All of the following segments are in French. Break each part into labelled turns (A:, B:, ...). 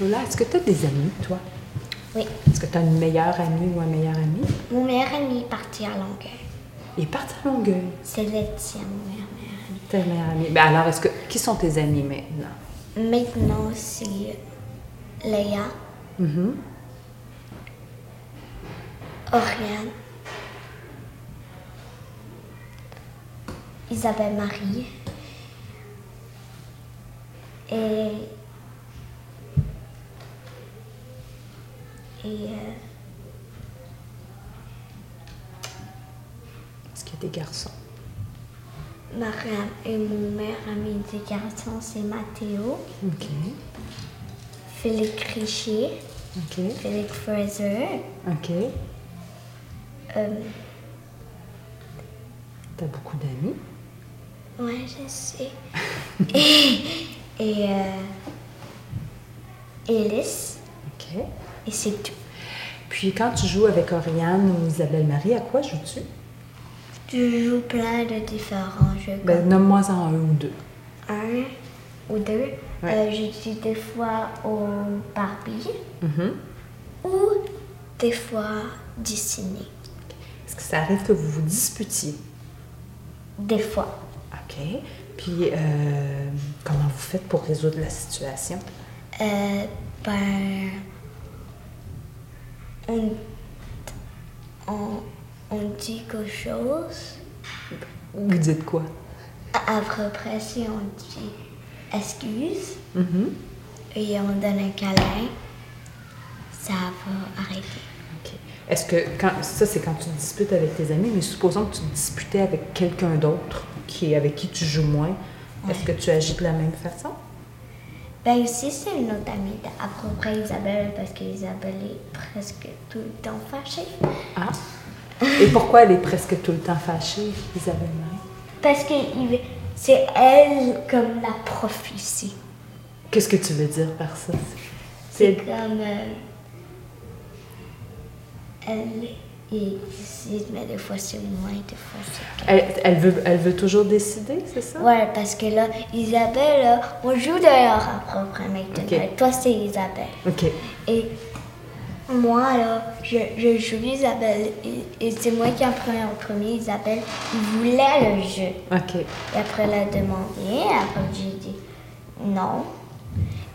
A: Lola, est-ce que tu as des amis, toi?
B: Oui.
A: Est-ce que tu as une meilleure amie ou un meilleur ami?
B: Mon meilleur ami est parti à Longueuil.
A: Il est parti à Longueuil,
B: C'est Étienne, mon meilleur meilleur ami.
A: ta meilleure amie. Ben alors, est-ce que... Qui sont tes amis maintenant?
B: Maintenant, c'est Léa,
A: Mhm.
B: Oriane, Isabelle Marie et. Et. euh,
A: Est-ce qu'il y a des garçons?
B: Marianne et mon meilleur ami des garçons, c'est Mathéo,
A: OK.
B: Félix Richer,
A: OK.
B: Félix Fraser,
A: OK.
B: euh,
A: T'as beaucoup d'amis.
B: ouais, je sais, et, et euh, Élise,
A: OK.
B: et c'est tout.
A: Puis quand tu joues avec Oriane ou Isabelle Marie, à quoi joues-tu?
B: Je joue plein de différents jeux,
A: Ben, nomme-moi en un ou deux.
B: comme un ou deux.
A: Ouais.
B: Euh, je suis des fois au Barbie
A: Mhm.
B: ou des fois Disney,
A: Est-ce que ça arrive que vous vous disputiez?
B: des fois.
A: OK. Puis, euh, comment vous faites pour résoudre la situation?
B: Euh, ben, on, on, on dit quelque chose.
A: Vous dites quoi?
B: A- Après, si on dit excuse
A: Mhm.
B: et on donne un câlin, ça va arrêter.
A: OK. Est-ce que, quand, ça c'est quand tu te disputes avec tes amis, mais supposons que tu te disputais avec quelqu'un d'autre qui, avec qui tu joues moins, est-ce que tu agis de la même façon?
B: Ben, aussi, c'est une autre amie d'à Isabelle parce qu'Isabelle est presque tout le temps fâchée.
A: Ah! Et pourquoi elle est presque tout le temps fâchée, Isabelle Marie?
B: Parce que il- c'est elle comme la prophétie.
A: Qu'est-ce que tu veux dire par ça?
B: C'est
A: C'est
B: comme. euh, elle est décide, mais des fois c'est moi, des fois c'est.
A: elle, elle veut, elle veut toujours décider, c'est ça?
B: Ouais, parce que là, Isabelle, là, on joue dehors hein, à propre maintenant.
A: Ok.
B: Toi, c'est Isabelle.
A: OK.
B: Et moi, là, je, je joue Isabelle. Et, et c'est moi qui en prenais en premier. Isabelle, il voulait le jeu.
A: OK.
B: Et après, elle a demandé. Après, j'ai dit non.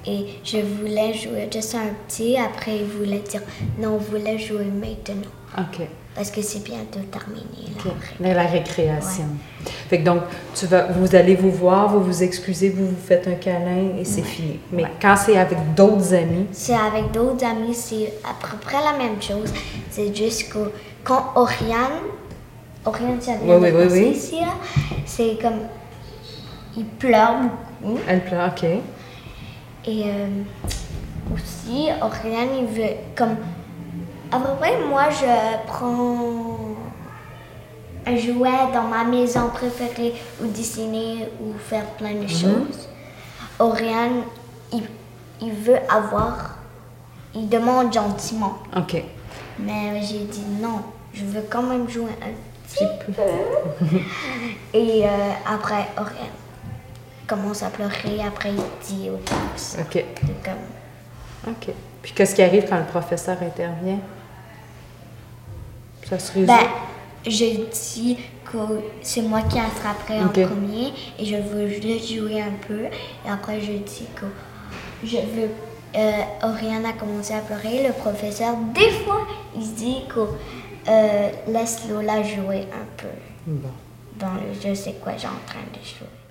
B: Et je voulais jouer juste un petit. Après, il voulait dire non, on voulait jouer maintenant.
A: OK.
B: Parce que c'est bientôt terminé. Là,
A: OK.
B: après.
A: Mais La récréation. Fait que donc, tu vas, vous allez vous voir, vous vous excusez, vous vous faites un câlin et c'est fini. Mais quand c'est avec d'autres amis,
B: C'est avec d'autres amis, c'est à peu près la même chose. C'est juste que quand Oriane, Oriane, ça vient
A: Oui,
B: de
A: oui, oui,
B: passer
A: oui.
B: ici, là, c'est comme. Il pleure beaucoup.
A: elle pleure, OK.
B: Et euh, aussi, Oriane, il veut. Comme. À peu près, moi, je prends un jouet dans ma maison préférée ou dessiner ou faire plein de choses. Oriane, il, il veut avoir. Il demande gentiment.
A: OK.
B: Mais j'ai dit non, je veux quand même jouer un petit
A: Petit peu.
B: peu. Et euh, après, Oriane commence à pleurer. Après, il dit au texte.
A: OK.
B: C'est comme.
A: OK. Puis qu'est-ce qui arrive quand le professeur intervient? Ça se résout?
B: Ben, j'ai dit que c'est moi qui attraperai
A: Ok.
B: en premier et je veux le jouer un peu. Et après, je dis que je veux. Euh, Oriane a commencé à pleurer. Le professeur, des fois, il se dit que euh, laisse Lola jouer un peu
A: Bon.
B: dans le je sais quoi j'ai en train de jouer.